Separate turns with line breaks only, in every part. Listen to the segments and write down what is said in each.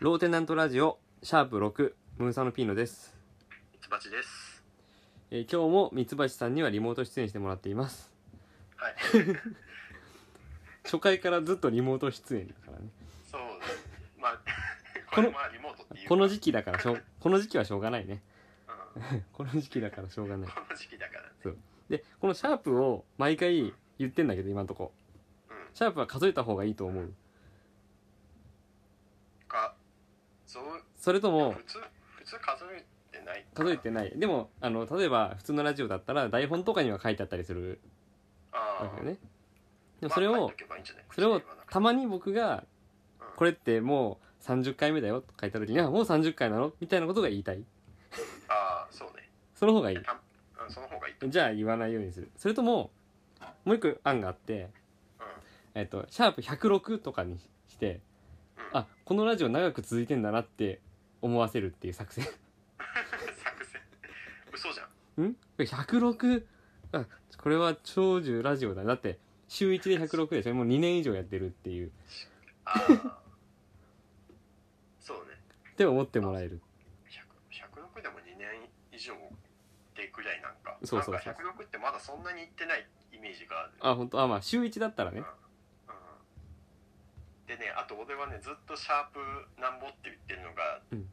ローテナントラジオ、シャープ6、ムーサノピーノです。
ミツバチです。
えー今日も三橋さんにはリモート出演してもらっています。
はい。
初回からずっとリモート出演だからね。
そうです。まあ、
こ
こ
の
れまあリモートっていうか
この
うん
時期だからしょう、この時期はしょうがないね。 こ
こ
の時期だからしょうがない。
の時期だからね。
で、このシャープを毎回言ってんだけど、今んとこ。
うん。
シャープは数えた方がいいと思う。
か、そう、
それとも
普、通、普通数えてないか
数えてない。でも、あの、例えば普通のラジオだったら台本とかには書いてあったりする
あ
わ
あ。
けよね。でもそれ
まあ書い
を
と、けばいいんじゃない
それを
口で言わなくて
たまに僕が
うん
これってもう30回目だよと書いた時に、あ、もう30回なのみたいなことが言いたい。
ああ、そうね。
その方がいい。
たうん、その方がいい と思
じゃあ言わないようにする。それとも、もう一個案があって、
う。
えっと、シャープ106とかにして、
うん。うん、
あ、このラジオ長く続いてんだなって思わせるっていう作戦。
作戦。嘘じゃん。
ん ?106? あ、これは長寿ラジオだ。だって、週1で106でしょもう2年以上やってるっていう。
ああ。そうね。
って思ってもらえる。
100 106でも2年以上でくらいなんか。
そうそうそう
なんか106ってまだそんなにいってないイメージがある。
あ、本当あ、まあ、週1だったらね。
うんでねあと俺はねずっと「シャープなんぼ」って言ってるのが、
うん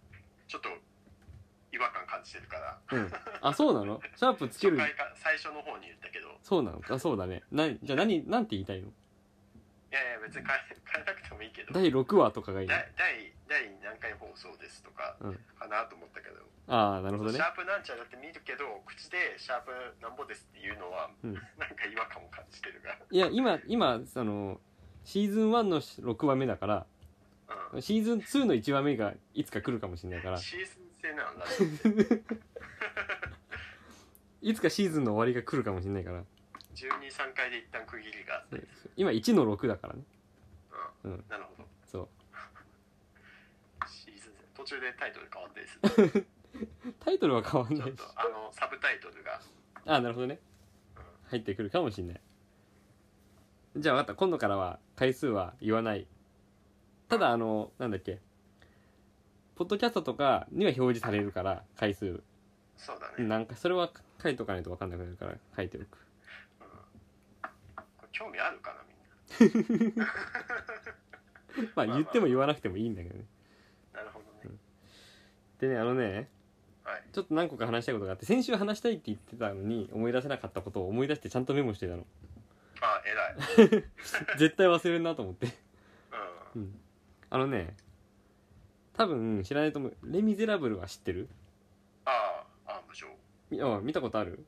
ちょっと違和感感じてるか
う
ら
ん。あ、そうなのシャープつける。
初回か最初の方に言ったけど
そうなのあ、そうだね。な、じゃあ何、なんて言いたいの
いやいや別に変え 変えなくてもいいけど
第6話とかがいいの
だ第第何回放送ですとか
うん
かなと思ったけど、
ああ、なるほど
シ
ね。
ャープなんちゃらって見るけど口で「シャープなんぼです」っていうのは、
うん
なんか違和感を感じてるが、
いや、今、今、あの、シーズン1の6話目だから、
うん
シーズン2の1話目がいつか来るかもしれないから、
シーズン制なのだ
いつかシーズンの終わりが来るかもしれないから、
123回で一旦区切りがあって、
今1の6だからね。
うん
うん
なるほど
そ
シーズン制途中でタイトル変わったり する
う。タイトルは変わん
ち
な
ょっ
いし
と。あのサブタイトルが
ああ、なるほどね。入ってくるかもしれない。じゃあ分かった。今度からは回数は言わない。ただ、あの、なんだっけ。ポッドキャストとかには表示されるから、回数。
そうだね、うん
なんか、それは書いとかないと分かんなくなるから、書いておく。
これ興味あるかなみん
まあ、言っても言わなくてもいいんだけどね。
ななるほどね、
でねあのね
はい
ちょっと何個か話したいことがあって先週話したいって言ってたのに思い出せなかったことを思い出してちゃんとメモしてたの
あ偉い、
絶対忘れるなと思って
うん、
あのね多分知らないと思う「レ・ミゼラブル」は知ってる
あああ無償
みあ見たことある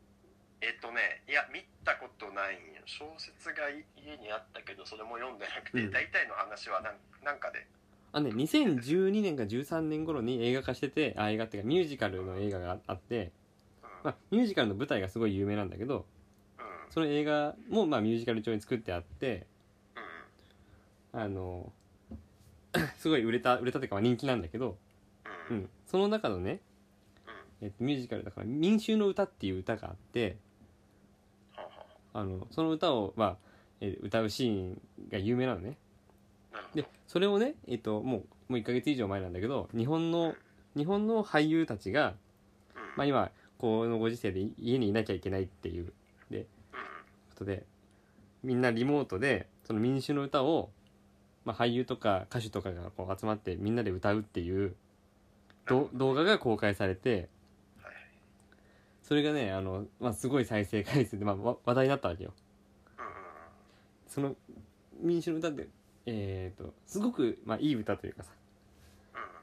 えっとねいや見たことないんよ小説がい家にあったけどそれも読んでなくて、
うん
大体の話はなんなんかで
あね2012年か13年頃に映画化しててあ映画っていうかミュージカルの映画があって、
うん、
まあ、ミュージカルの舞台がすごい有名なんだけど
うん
その映画も、まあ、ミュージカル調に作ってあって
うん
あの すごい売れた売れたというかまあ人気なんだけど、
う
うんん、その中のね
うん
えっと、ミュージカルだから「民衆の歌」っていう歌があって
はあは
あのその歌を、まあえー歌うシーンが有名なのね
あなるほど
でそれをね、えっと、もうもう1ヶ月以上前なんだけど日本の日本の俳優たちが、
うん
まあ、今このご時世で家にいなきゃいけないっていう
うん
ことでみんなリモートでその民衆の歌を、まあ、俳優とか歌手とかがこう集まってみんなで歌うっていうど動画が公開されて
はい
それがねあの、まあ、すごい再生回数で、まあ、わ話題になったわけよ。
うんうん
その民衆の歌って、えー、とすごく、まあ、いい歌というかさ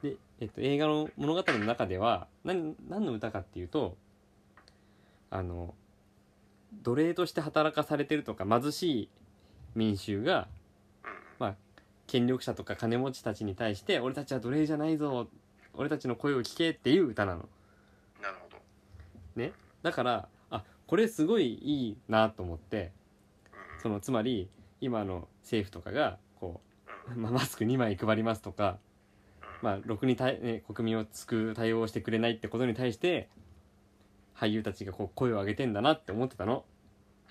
うん
で、えっと映画の物語の中では何何の歌かっていうとあの奴隷として働かされてるとか貧しい民衆が
うん
権力者とか金持ちたちに対して「俺たちは奴隷じゃないぞ俺たちの声を聞け」っていう歌なの
なるほど
だからあこれすごいいいなと思って
うん
そのつまり今の政府とかがこ
うん
う、まあ、 マスク2枚配りますとか
うん
まあ、ろくにたい、ね、国民を救う対応をしてくれないってことに対して俳優たちがこう声を上げてんだなって思ってたの、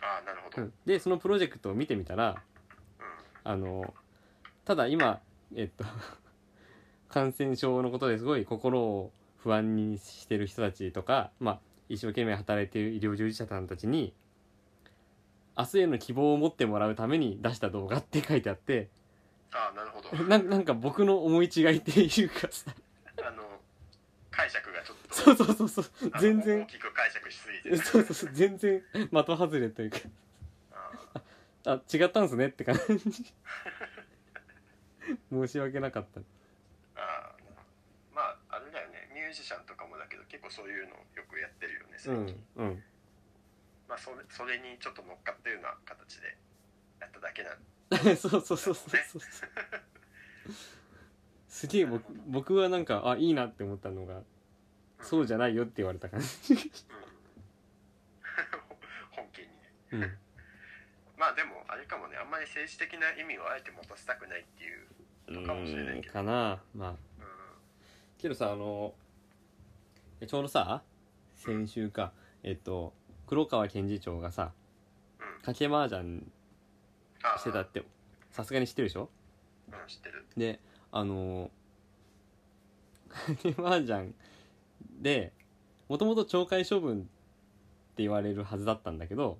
ああなるほど、うん
でそのプロジェクトを見てみたらあのただ今えっと 感染症のことですごい心を不安にしてる人たちとか、まあ、一生懸命働いている医療従事者さんたちに明日への希望を持ってもらうために出した動画って書いてあって
ああなるほど
ななんか僕の思い違いっていうかさ
あの解釈がちょっと
そうそうそうそう
あの
全
大
然
きく解釈しすぎてる
そうそうそう全然的外れというか
ああ
あ違ったんすねって感じ申し訳なかった
ああまああれだよねミュージシャンとかもだけど結構そういうのよくやってるよね
う
最近、
んうん
まあそれそれにちょっと乗っかったような形でやっただけなん
そうそうそうそうそうそうすげえ僕僕はなんかあいいなって思ったのがそう
じ
じゃないよって言われた感じ、
ゃ、うん 本家にね
うん、
まあでもあれかもねあんまり政治的な意味をあえて持たせたくないっていう、
うん
かもしれないけど
かなまあ
うん、
けどさあのえちょうどさ先週かえっと黒川検事長がさ
うん
賭け麻雀
ああ
してたってさすがに知ってるでしょ
うん知ってる
であの 賭け麻雀でもともと懲戒処分って言われるはずだったんだけど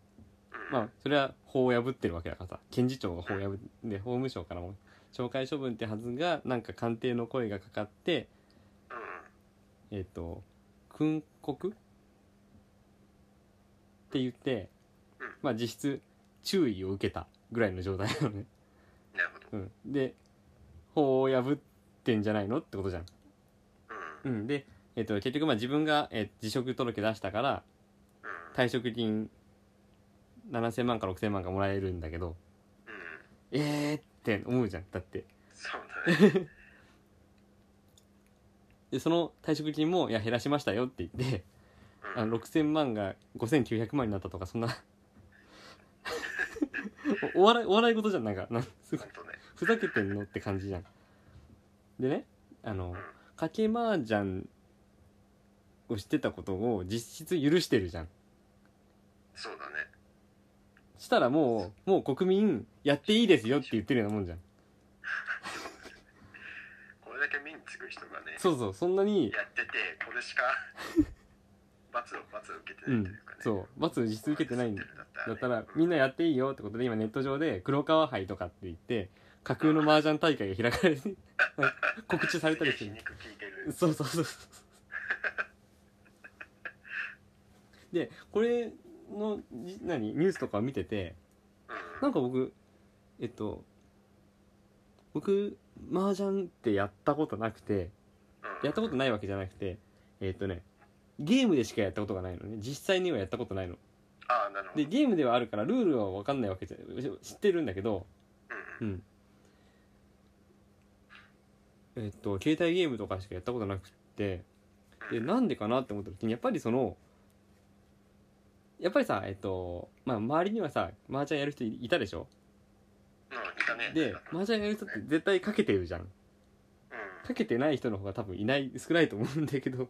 うん
まあそれは法を破ってるわけだからさ検事長が法を破って法務省からも懲戒処分ってはずがなんか官邸の声がかかって
うんうん
えっ、と訓告って言って
うん、
まあ、実質注意を受けたぐらいの状態なのね、
なるほど
うん、で法を破ってんじゃないのってことじゃん、
う
う
んうん
ん、で、えっと結局まあ自分が、えー辞職届出したから退職金7000万か6000万かもらえるんだけど
うん
えーって思うじゃんだって
そうだ ね
でその退職金もいや減らしましたよって言って
うん
あの6000万が5900万になったとかそんな おお笑いお笑い事じゃんなんかなんすごい
本当ね
ふざけてんのって感じじゃんでねあの賭け麻雀をしてたことを実質許してるじゃん
そうだね
したらもうもう国民やっていいですよって言ってるようなもんじゃん
これだけ目につく人がね
そうそうそんなに
やっててこれ しか罰を罰を受けて
う
ないと
ん
いうかね、
そう罰を実質受けてないんだ
だった
だったらみんなやっていいよってことで今ネット上で黒川杯とかって言って架空の麻雀大会が開かれて 告知されたりして
る
る
皮肉聞いて る
そうそうそうそうでこれのじ何ニュースとかを見てて
うん
なんか僕えっと僕麻雀ってやったことなくてやったことないわけじゃなくてえっとねゲームでしかやったことがないのね実際にはやったことないの
ああなるほど
でゲームではあるからルールは分かんないわけじゃ知ってるんだけど
う
うんんえっと携帯ゲームとかしかやったことなくって
う
で
ん
なんでかなって思った時にやっぱりそのやっぱりさえっとまあ周りにはさ麻雀やる人いたでしょ
うんいたね
で麻雀やる人って絶対かけてるじゃん
うん
かけてない人の方が多分いない少ないと思うんだけど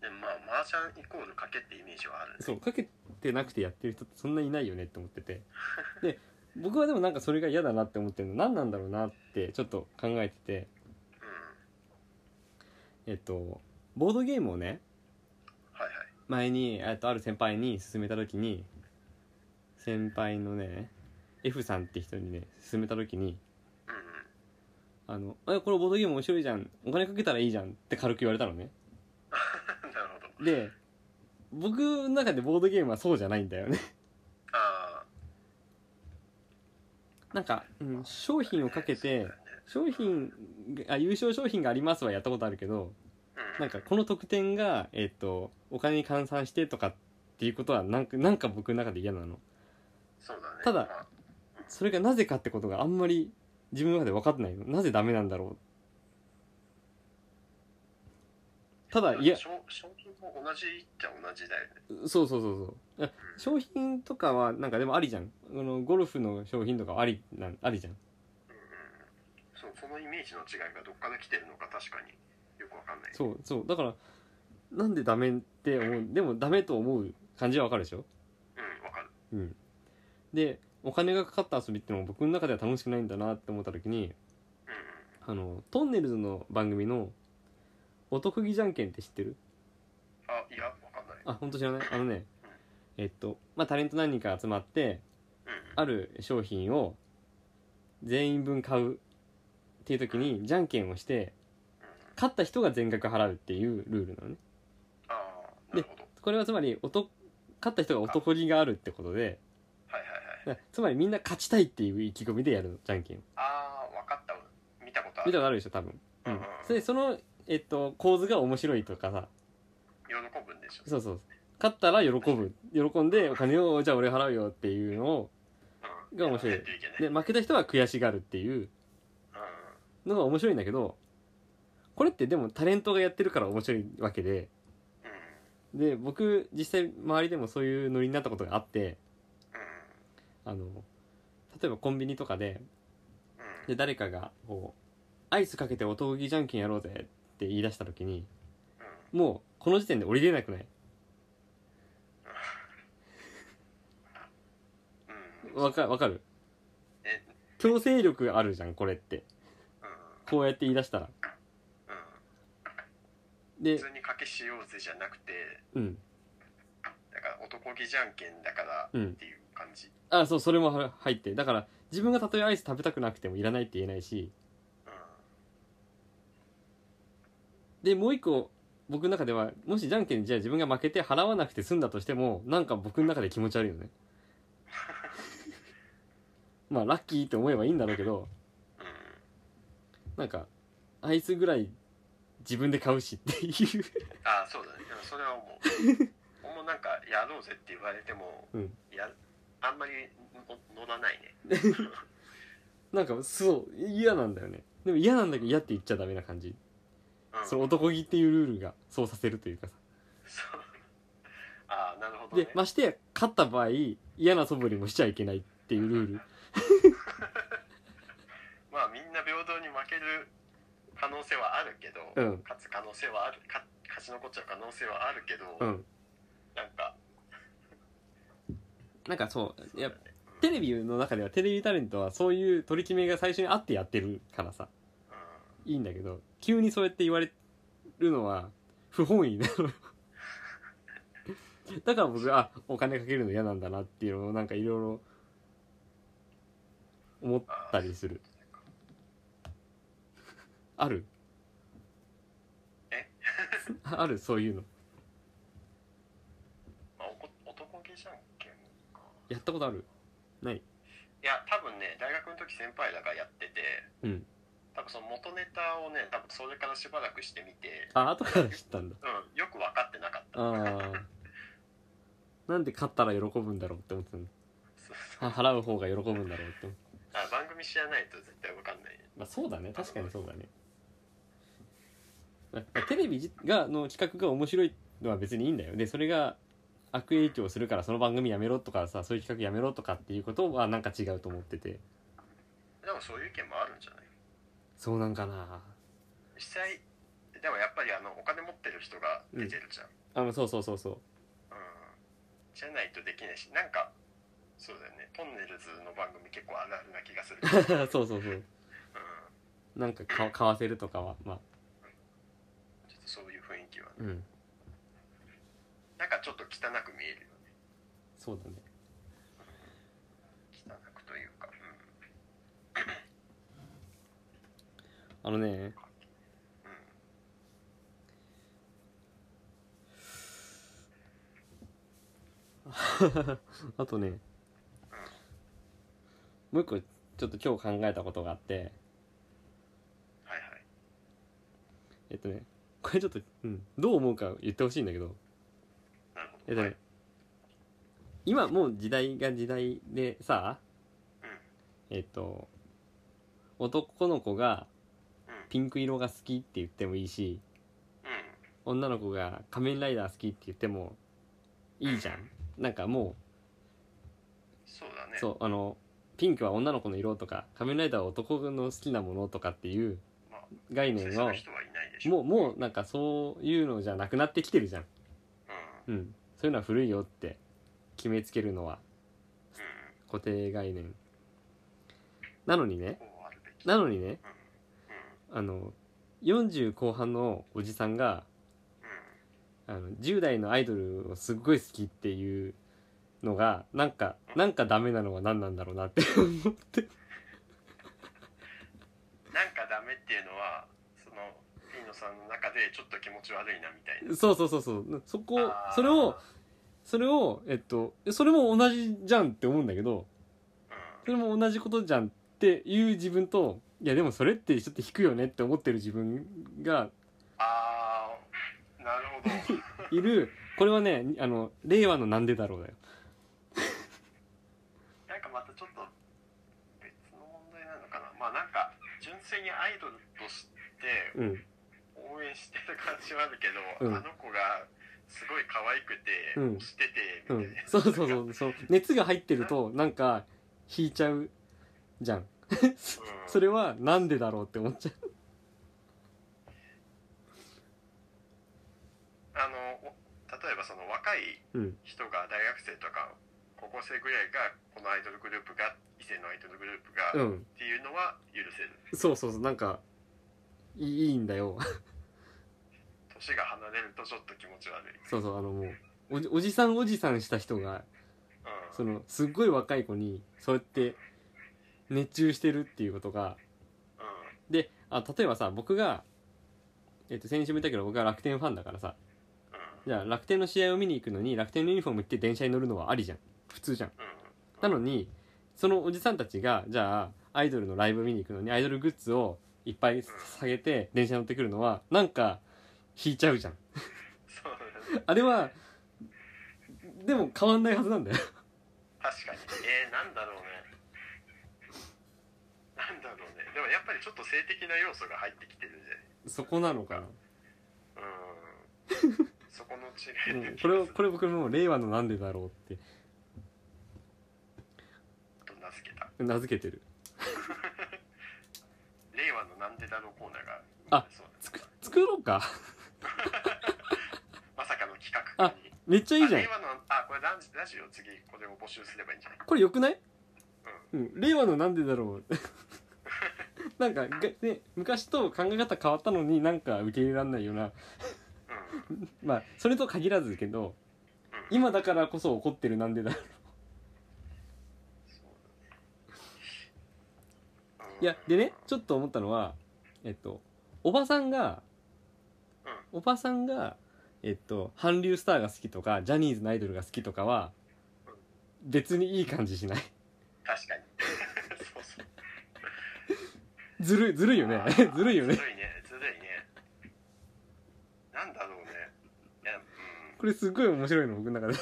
でもまあマージャンイコール賭けってイメージはあるね
そうかけてなくてやってる人ってそんないないよねって思っててで僕はでもなんかそれが嫌だなって思ってるの何なんだろうなってちょっと考えてて
うん
えっとボードゲームをね
はいはい
前にえっとある先輩に勧めた時に先輩のね F さんって人にね勧めた時に
うんうん
あの「えこれボードゲーム面白いじゃんお金かけたらいいじゃん」って軽く言われたのね
なるほど
で僕の中でボードゲームはそうじゃないんだよね
ああ
なんか、うん、商品をかけて
そう
商
だね
品があ優勝商品がありますはやったことあるけど
うん
なんかこの得点が、えっとお金に換算してとかっていうことはなんかなんか僕の中で嫌なの
そうだね
ただ
まあ
それがなぜかってことがあんまり自分の中で分かってないのなぜダメなんだろうただいや
商商品も同じっちゃ同じだよね
そうそうそうそうあ商品とかはなんかでもありじゃんあのゴルフの商品とかはありなんありじゃん
うんうんそうそのイメージの違いがどっから来てるのか確かによくわかんない
そうそうだからなんでダメって思うでもダメと思う感じは分かるでしょ
うんわかる
うん、でお金がかかった遊びってのも僕の中では楽しくないんだなって思った時に
うんう
あ
ん
のトンネルズの番組の「お得意じゃんけん」って知ってる
あいやわかんない
あ本当知らないあのねえっとまあタレント何人か集まって
うん
ある商品を全員分買うっていう時にじゃんけんをして
うん
勝った人が全額払うっていうルールなのね
ああなるほど
これはつまりおと勝った人が男気があるってことで
はいはいはい
だからつまりみんな勝ちたいっていう意気込みでやるのじゃんけんを
ああわかったわ見たことあ
見た
る
ことあるでしょ多分う
うんんうん
それでそのえっと構図が面白いとかさ
喜ぶんでしょ
そうそう勝ったら喜ぶ喜んでお金をじゃあ俺払うよっていうのを
うん
が面白い
やらなとけない
で負けた人は悔しがるっていう
うん
のが面白いんだけどこれってでもタレントがやってるから面白いわけで
うん
で僕実際周りでもそういうノリになったことがあって
う
あの例えばコンビニとかで
んうん
で誰かがこう「アイスかけておとぎじゃんけんやろうぜ」って言い出した時に
う
もうこの時点で降りれなくない
んうん
わかわかる
え
強制力あるじゃんこれって
うん
こうやって言い出したら
うん普
で
通に賭けしようぜじゃなくて
うん
だから男気じゃんけんだから
うん
っていう感じ
あそうそれもは入ってだから自分がたとえアイス食べたくなくてもいらないって言えないし
うん
でもう一個僕の中ではもしじゃんけんでじゃあ自分が負けて払わなくて済んだとしてもなんか僕の中で気持ち悪いよねまあラッキーって思えばいいんだろうけど
うん
なんかアイスぐらい自分で買うしっていう
ああそうだねでもそれ は思う俺もなんかやろうぜって言われても
うん
やあんまりの乗らないね
なんかそう嫌なんだよねでも嫌なんだけど嫌って言っちゃダメな感じ
うん
その男気っていうルールがそうさせるというかさ
そうああなるほどね
でましてや勝った場合嫌な素振りもしちゃいけないっていうルール
まあみんな平等に負ける可能性はあるけど、
うん
勝つ可能性はあるか勝ち残っちゃう可能性はあるけど、
うん
なんか
なんかそういや
そうだねうん
テレビの中ではテレビタレントはそういう取り決めが最初にあってやってるからさ
うん
いいんだけど急にそうやって言われるのは不本意な のだから僕あお金かけるの嫌なんだなっていうのをなんかいろいろ思ったりする ある
え
あるそういうの
まあ、おこ男気じゃんけんか
やったことあるない
いや多分ね大学の時先輩らがやってて
うん
多分その元ネタをね多分それからしばらくしてみて、
あ後から知ったんだ
うん、よく分かってなかった
ああなんで勝ったら喜ぶんだろうって思ってたの
そう
は払う方が喜ぶんだろうって思って
あ番組知らないと絶対分かんないね
まあそうだね確かにそうだねまあまあテレビじがの企画が面白いのは別にいいんだよでそれが悪影響するからその番組やめろとかさそういう企画やめろとかっていうことはなんか違うと思ってて
でもそういう意見もあるんじゃない
そうなんかな
実際でもやっぱりあのお金持ってる人が出てるじゃん、
あのそうそうそう そう
うんじゃないとできないしなんかそうだよねトンネルズの番組結構あるあるな気がする、うん、
そうそうそうなんかか買わせるとかはまあ
ちょっとそういう雰囲気は、ね、
うん
なんかちょっと汚く見えるよね
そうだね
汚くというか、う
あのね
んうん、
あとねもう一個ちょっと今日考えたことがあって、
はいはい
えっとね、これちょっと、うん、どう思うか言ってほしいんだけど、
なるほ
えっ
ど、
と
は
ね
い、
今もう時代が時代でさ、
うん
えっと、男の子が
うん
ピンク色が好きって言ってもいいし、
うん
女の子が仮面ライダー好きって言ってもいいじゃん。なんかも
そうだ
う、
ね
そう、あの、ピンクは女の子の色とか、仮面ライダーは男の好きなものとかっていう
まあ
概
女性
念
の
を、
人はいないでしょ
もう、もうなんかそういうのじゃなくなってきてるじゃん。
うん
うん、そういうのは古いよって決めつけるのは
う
固定概念なのにね
んこうあるべき
なのにね
うんう
あ
ん
の40後半のおじさんが
う
あの10代のアイドルをすっごい好きっていうのがなんかなんかダメなのは何なんだろうなって思って
ん、なんかダメっていうのはそのピーノさんの中でちょっと気持ち悪いなみたいな
そうそうそうそうそこ
あー
それをそれをえっとそれも同じじゃんって思うんだけどそれも同じことじゃんっていう自分といやでもそれってちょっと引くよねって思ってる自分が
ああなるほど
いるこれはねあの令和のなんでだろうだよ
なんかまたちょっと別の問題なのかなまあなんか純粋にアイドルとして
うん
応援してる感じはあるけ
う
ど、
ん
あの子がすごい可愛くて、
うん
推してて
う
み
ん
たいな、
そうそうそ
なんか
うそう熱が入ってるとなんか引いちゃうじゃん
うん
それはなんでだろうって思っちゃう
あのお例えばその若い
うん
人が大学生とか高校生ぐらいがこのアイドルグループが異性のアイドルグループが、
う
っ
ん
ていうのは許せる
そうそうそうなんかいいいいんだよ
年が離れるとちょっと気持ち悪い、うん、
そうそうあのもうおじおじさんおじさんした人がそのすっごい若い子にそうやって熱中してるっていうことが
うん
であ例えばさ僕が、えっと先週も言ったけど僕は楽天ファンだからさじゃあ楽天の試合を見に行くのに楽天のユニフォーム着て電車に乗るのはありじゃん普通じゃん
うんうん
なのにそのおじさんたちがじゃあアイドルのライブ見に行くのにアイドルグッズをいっぱい下げて電車に乗ってくるのはなんか引いちゃうじゃん
そうだね
あれはでも変わんないはずなんだよ
確かにえー、なんだろうねなんだろうねでもやっぱりちょっと性的な要素が入ってきてるんじ
そこなのか
ゃない うんそこの違
な、う
い
ん、これをこ
れ
れ僕も令和のなんでだろうって
と名付けた
名付けてる
令和のなんでだろうコーナーが
あ
そうだ
つく作ろうか
まさかの企画化に
めっちゃいいじゃん
令和のあこれラジラジオ次これを募集すればいいんじゃない
これよくない、うん、令和のなんでだ ろうなんかが、ね、昔と考え方変わったのになんか受け入れられないような
うんうん
まあそれと限らずけど今だからこそ怒ってるなんでだ
そうだね
いやでねちょっと思ったのはえっとおばさんがおばさんがえっと韓流スターが好きとかジャニーズのアイドルが好きとかは別にいい感じしない
確かにそうそう
ずるいずるい よね ずるいよね
ずるいねずるいねなんだろうねいや、うん、
これすっごい面白いの僕の中で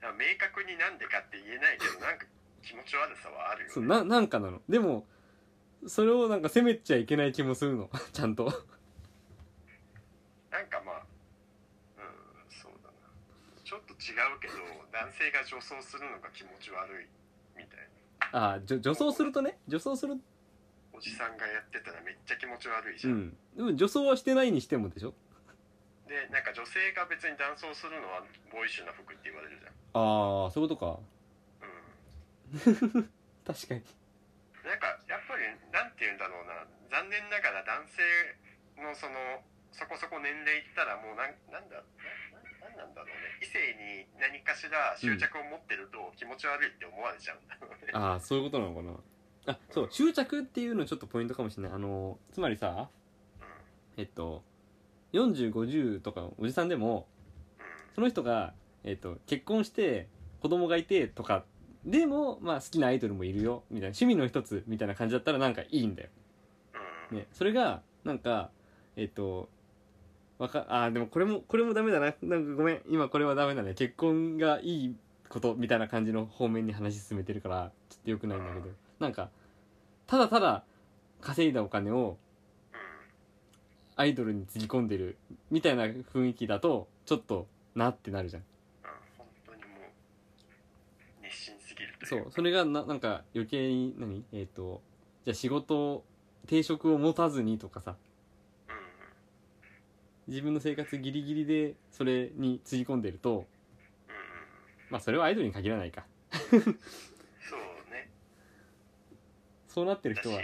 なんか明確になんでかって言えないけどなんか気持ち悪さはあるよ、ね、
そうななんかなのでもそれをなんか責めちゃいけない気もするの ちゃんと
なんかまあうんそうだなちょっと違うけど男性が女装するのが気持ち悪いみたいな
ああ女装するとね女装する
おじさんがやってたらめっちゃ気持ち悪いじ
う
ゃん、
んでも女装はしてないにしてもでしょ
でなんか女性が別に男装するのはボーイッシュな服って言われるじゃん
ああそういうことか
うん
確かに
なんかやっぱりなんて言うんだろうな残念ながら男性のそのそこそこ年齢いったらもうなんなんだななんなんだろうね異性に何かしら執着を持ってると気持ち悪いって思われちゃうんだろうね、
ああそういうことなのかなあそう執着っていうのちょっとポイントかもしれないあのつまりさえっと4050とかのおじさんでもその人が、えっと、結婚して子供がいてとかでも、まあ、好きなアイドルもいるよみたいな趣味の一つみたいな感じだったらなんかいいんだよ、
うんうんうん
ね、それがなんかえっとわかあーでもこれもこれもダメだななんかごめん今これはダメだね結婚がいいことみたいな感じの方面に話進めてるからちょっと良くないんだけどなんかただただ稼いだお金をアイドルにつぎ込んでるみたいな雰囲気だとちょっとなってなるじゃん
うん本当にもう熱心すぎると
そ
いう
うそれがななんか余計に何えっ、とじゃあ仕事を定職を持たずにとかさ
うん
自分の生活ギリギリでそれにつぎ込んでると
うんうん
まあそれはアイドルに限らないか
そうね
そうなってる
だし
人は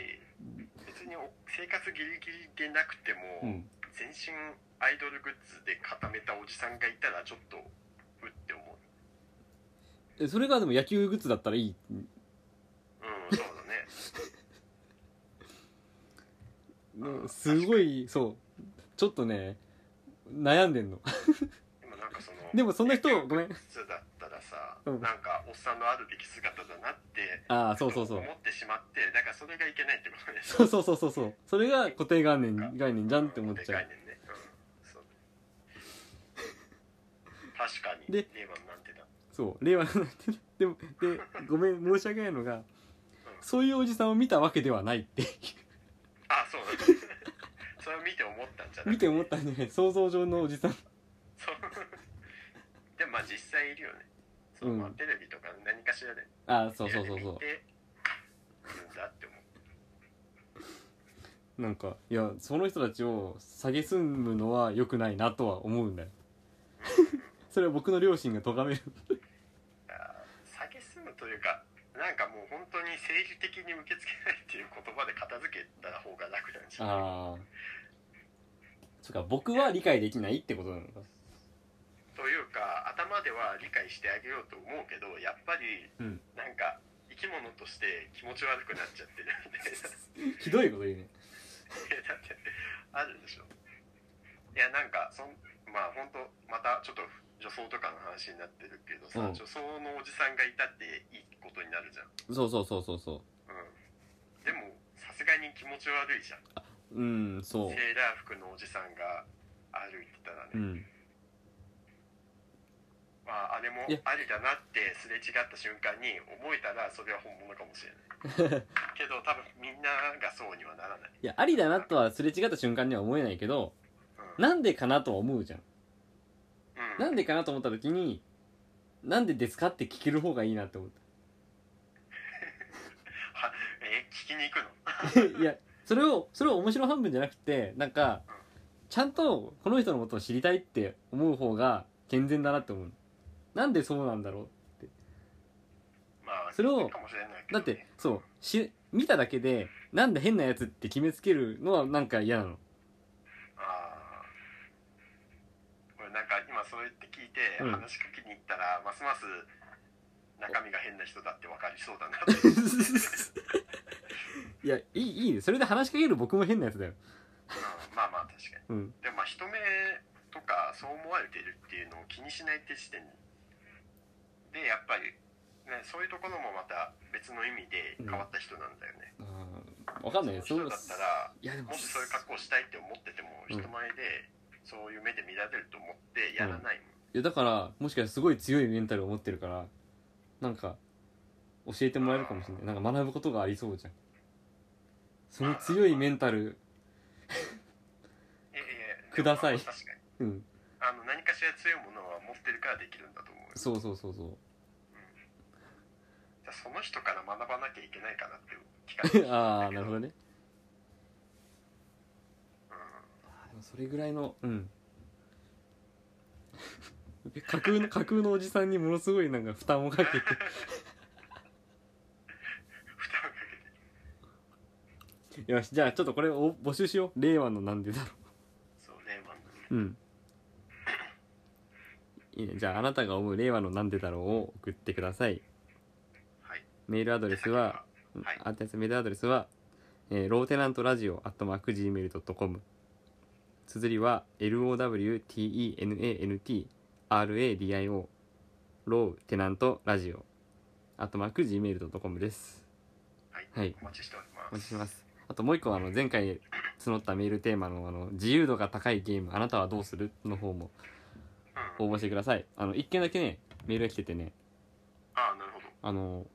生活ギリギリでなくても、
うん
全身アイドルグッズで固めたおじさんがいたらちょっとうって思う
えそれがでも野球グッズだったらいい
うんそうだね
のすごいそうちょっとね悩んでんの
でもなんかその
でもそんな人
野球
ごめん
グッズだったらさ、
うん
なんかおっさんのあるべき姿だなって
ああそうそうそう
思ってしまってだからそれがいけないってことね
そうそうそうそうそうそれが固定概念概念じゃんって思っちゃ
でかいねんね、うん、そう確かに
で
令和のなんてだ
そう令和なんて でもでごめん申し訳ないのがそういうおじさんを見たわけではないっていう
あそうなんだ それを見て思ったんじゃない
見て思ったんじゃない想像上のおじさん
そう でもまあ実際いるよねそう、
うん
まあ、テレビとか何かしらで
ああそうそうそうそ
見てるんだって思う
うなんかいやその人たちを蔑むのは良くないなとは思うんだ よそれは僕の両親が咎める
下げすむというかなんかもう本当に政治的に受け付けないっていう言葉で片付けた方が楽なんじゃない
ああそっか僕は理解できないってことなのか
というか頭では理解してあげようと思うけどやっぱり
うん
なんか生き物として気持ち悪くなっちゃってるみたい な
ひどいこと言うね
いやだって あるでしょいやなんかそんまあ本当またちょっと女装とかの話になってるけどさ、
うん
女装のおじさんがいたっていいことになるじゃん、
そうそうそうそうそ
うん、でもさすがに気持ち悪いじゃん
ううんそ
セーラー服のおじさんが歩いてたら
うう
ね、
ん
まああれも
いや
ありだなってすれ違った瞬間に思えたらそれは本物かもしれない けど多分みんながそうにはならない、
いやありだなとはすれ違った瞬間には思えないけど
うん
なんでかなとは思うじゃん
うん
なんでかなと思った時になんでですかって聞ける方がいいなって思っ
はえ聞きに行くの
た いやそれをそれを面白半分じゃなくてなんかちゃんとこの人のことを知りたいって思う方が健全だなって思うなんでそうなんだろう
まあ
それを
聞いてるかもしれない
だ
けど、ね、
ってそうし見ただけでなんだ変なやつって決めつけるのはなんか嫌なの
ああこれなんか今そう言って聞いて
うん
話しかけに行ったら、ますます中身が変な人だって分かりそうだな って
いやいいいいねそれで話しかける僕も変なやつだよ
うんまあまあ確か
う
に
ん
でもまあ人目とかそう思われてるっていうのを気にしないって時点でやっぱり、ね、そういうところもまた別の意味で変わった人なんだよね、
あーわかんないよ
その人だったら
いやでも
もしそういう格好したいって思ってても人前でそういう目で見られると思ってやらないもん、
いやだからもしかしたらすごい強いメンタルを持ってるからなんか教えてもらえるかもしれないなんか学ぶことがありそうじゃんその強いメンタル
いやいや
ください
でもまあ確かに
うん
あの何かしら強いものは持ってるからできるんだと思うよじ
そうそうそう そ
ゃあその人から学ばなきゃいけないかなって聞かれ
うああなるほど
ね、
ね
うん、
あーでもそれぐらいのうん 架空の架空のおじさんにものすごいなんか負担をかけて
負担をかけ て
よしじゃあちょっとこれを募集しよう令和のなんでだろ
そう令和の
ううんいいねじゃああなたが思う令和のなんでだろうを送ってください
はい
メールアドレスは
宛先は
あ宛先メールアドレスは、えーローテナントラジオアットマーク Gmail.com 綴りは LOWTENANTRADIO ローテナントラジオアットマーク Gmail.com です
はい、
はい
お待ちしております
お待ちしてますあともう一個あの前回募ったメールテーマのあの自由度が高いゲームあなたはどうするの方も
うん、
応募してくださいあの一件だけねメールが来ててね
ああなるほど
あの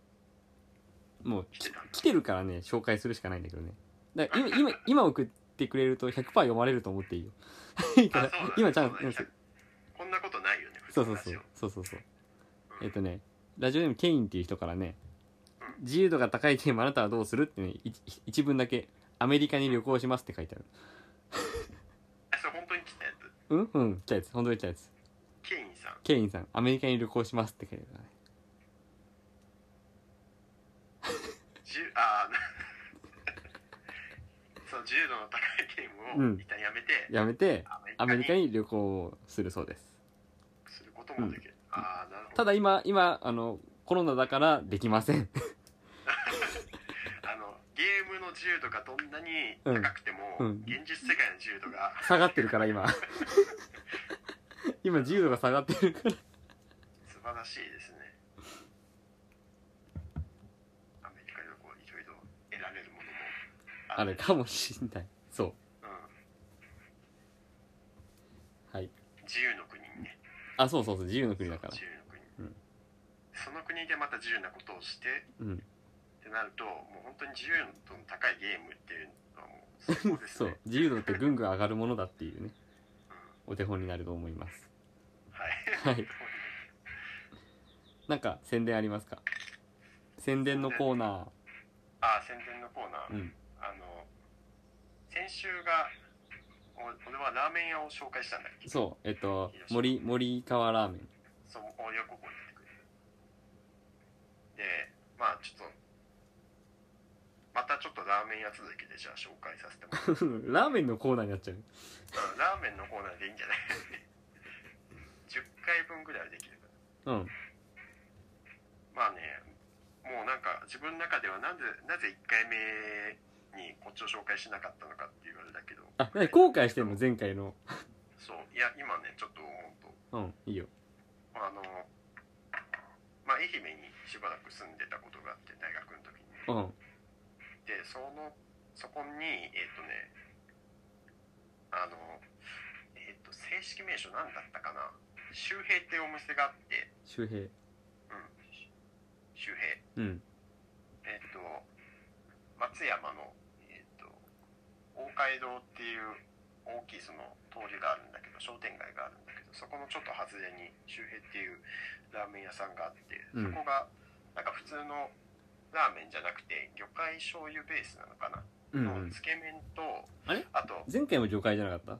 もう
来てたんだ
来てるからね紹介するしかないんだけどねだから今今今送ってくれると100%読まれると思っていいよ いいから
そうだね
今ちゃん
そうだね
そう
こんなことないよね
そうそう
普通のラジオ
そうそうそう
うん
えっとねラジオネームケインっていう人からね自由度が高いテーマあなたはどうするってねい一文だけアメリカに旅行しますって書いてある
あそれ本当に来たやつ
うんうん来たやつ本当に来たやつ
ケインさん
ケインさんアメリカに旅行しますって書いてあるからね
じゅああそ その重度の高いゲーム
う
を
ん
一旦やめて、
やめてア
アメ
メ
リ
リ
カ
カ
に
に旅行をするそうです
することもできる、ああなるほ
た
ど
だ今今あのコロナだからできません
あのゲームの自由度がどんなに高くても、
うんうん
現実世界の自由度が
下がってるから今今自由度が下がってるから
素晴らしいですねアメリカ旅行いろいろ得られるものも
あるかもしんないそう
うん、
はい
自由の国にね
あそうそうそう自由の国だから
自由の国、
うん
その国でまた自由なことをして
うん
ってなるともう本当に自由度の高いゲームっていうのはもう最高です
そ
ね
う自由度ってぐんぐん上がるものだっていうね
うん
お手本になると思います
はい、
は いなんか宣伝ありますか宣伝のコーナ
ああ宣伝のコーナー
ー、うん、
あの先週がお俺はラーメン屋を紹介したんだっけ
そうえっと森森川ラーメン
そうおよく覚えててくれてでまあちょっとまたちょっとラーメン屋続きでじゃあ紹介させてもらう
ラーメンのコーナーになっちゃう
うんラーメンのコーナーでいいんじゃない 10回分ぐらいはできるか
うん
なまあねもうなんか自分の中ではなぜなぜ1回目にこっちを紹介しなかったのかっていうあれだけど
あなに後悔してんの前回の
そういや今ねちょっと思うと
うんいいよ
あの、まあ、愛媛にしばらく住んでたことがあって大学の時にね
うん
でそのそこにえっ、とねあのえっ、と正式名称何だったかな周平っていうお店があって
周平
うん周平
うん
えっ、と松山のえっ、と大街道っていう大きいその通りがあるんだけど商店街があるんだけどそこのちょっと外れに周平っていうラーメン屋さんがあってそ
うん
こがなんか普通のラーメンじゃなくて魚介醤油ベースなのかな、
うん、う
の
ん、
つけ麺と
あれ
あと
前回も魚介じゃなかっ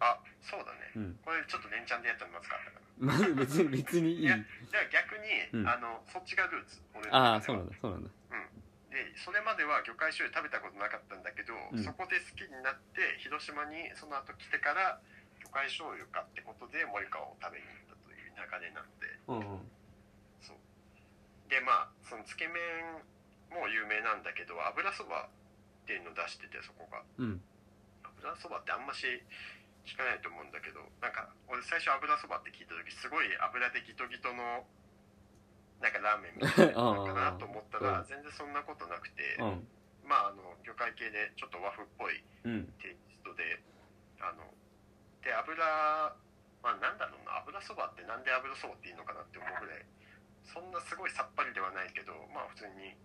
あそう
た
だ
う
ね
ん
これちょっと連チャンでやったのまずかったか
ま
な
ず別に別にいい
いやじゃあ逆に、
うん
あのそっちがルーツ俺の中では
ああそうなんだそうなんだ
でそれまでは魚介醤油食べたことなかったんだけど、
うん
そこで好きになって広島にその後来てから魚介醤油かってことで森川を食べに行ったという流れになって
うんうん
でまあそのつけ麺も有名なんだけど油そばっていうのを出しててそこが
うん
油そばってあんまし聞かないと思うんだけどなんか俺最初油そばって聞いた時すごい油でギトギトのなんかラーメンみたいなのかなと思った
あー
ら全然そんなことなくて。
うん
まあ、あの魚介系でちょっと和風っぽい
うん
テイストであので油まあなんだろうな油そばってなんで油そばっていいのかなって思うぐらいそんなすごいさっぱりではないけどまあ普通に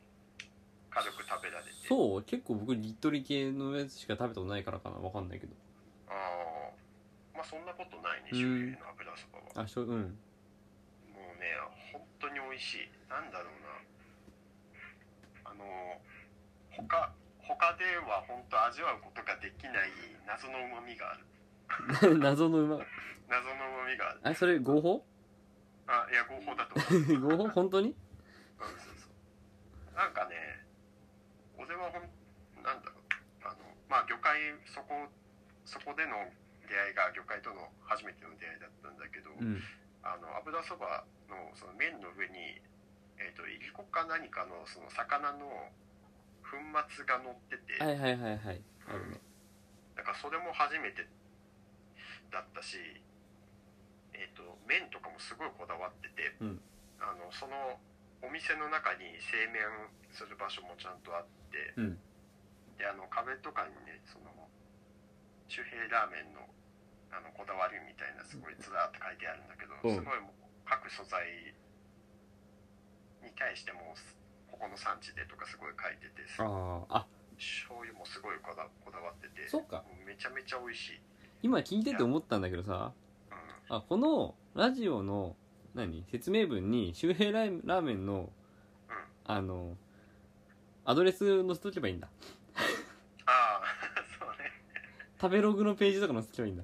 軽く食べられて
そう結構僕リットリ系のやつしか食べたことないからかなわかんないけど
あーまあそんなことないね
うん
周平の油そばは
あしょ うん
もうね本当に美味しいなんだろうなあの他他では本当味わうことができない謎のうまみがある
謎の馬
謎のうまみがある
あそれ合法
あいや合法だと思うう
合
ん
法本当に
そうそうなんかね俺はほんなんだろうあのまあ魚介そこそこでの出会いが魚介との初めての出会いだったんだけど、
うん
あの油そばのその麺の上に、えー、といりこか何かのその魚の粉末が乗ってて、
はいはいはいはいあるね
だからそれも初めてだったし、えー、と麺とかもすごいこだわってて、
うん
あのそのお店の中に製麺する場所もちゃんとあって、
うん
であの壁とかにねその周平ラーメンのあのこだわりみたいなすごいずらーって書いてあるんだけど、
うん
すごいもう各素材に対してもここの産地でとかすごい書いてて
あーあ
醤油もすごいこだこだわってて
そうか
もめちゃめちゃ美味しい、
今聞いてて思ったんだけどさ
うん、
あこのラジオの何説明文に周平ラーラーメンの
うん
あのアドレス載せとけばいいんだ
ああ そうね
食べログのページとか載せとけばいいんだ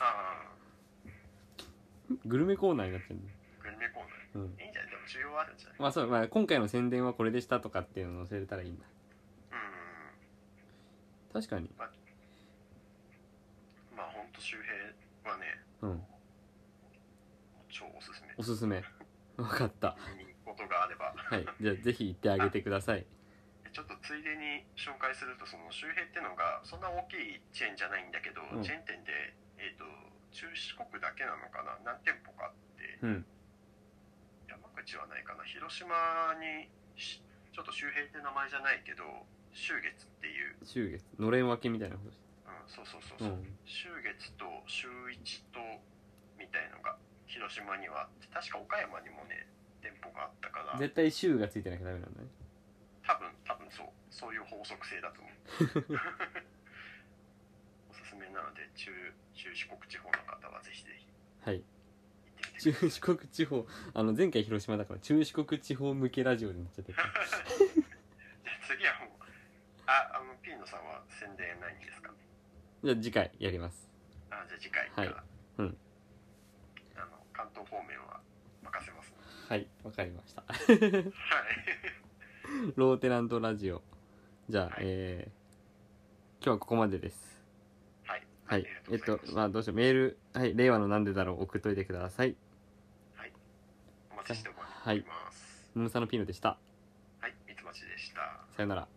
ああ
グルメコーナーになっちゃうんだ
グルメコーナ
う
ー、
ん
いいんじゃないでも需要あるんじゃない
まあそう、まあ、今回の宣伝はこれでしたとかっていうの載せれたらいいんだ
うん
確かに
まあほんと周平はね
うん
超おすすめ
おすすめ分かった
見に行くことがあれば
はいじゃあぜひ行ってあげてください
ちょっとつい でに紹介するとその周平ってのがそんな大きいチェーンじゃないんだけど、
うん
チェーン店で、えー、と中四国だけなのかな何店舗かあって
うん
山口はないかな広島にしちょっと周平って名前じゃないけど周月っていう、
週月のれん分けみたいなこと
うん、そうそうそうそう、
うん
周月と周一とみたいのが広島にはあって確か岡山にもね店舗があったから
絶対週がついてなきゃダメなんだね
多分多分そうそういう法則性だと 思うおすすめなので中中四国地方の方はぜひぜひ
はい
行ってみ
中
てくだ
四国地方あの前回広島だから中四国地方向けラジオになっちゃってる
さいじゃあ次はもうああの P のさんは宣伝ないんですか
じゃあ次回やります
あじゃあ次回から、
はいうん
あの関東方面は任せますの
はいわかりました
ではい
ローテナントラジオじゃあ、
はい
えー今日はここまでです
はい
はい
あ
え
り
っ
がと
と
うございます
まあどうしようメールはい令和のなんでだろう送っといてください
お待ちしております、
はいムムサノピーノでした
はい、三つ町でした
さよなら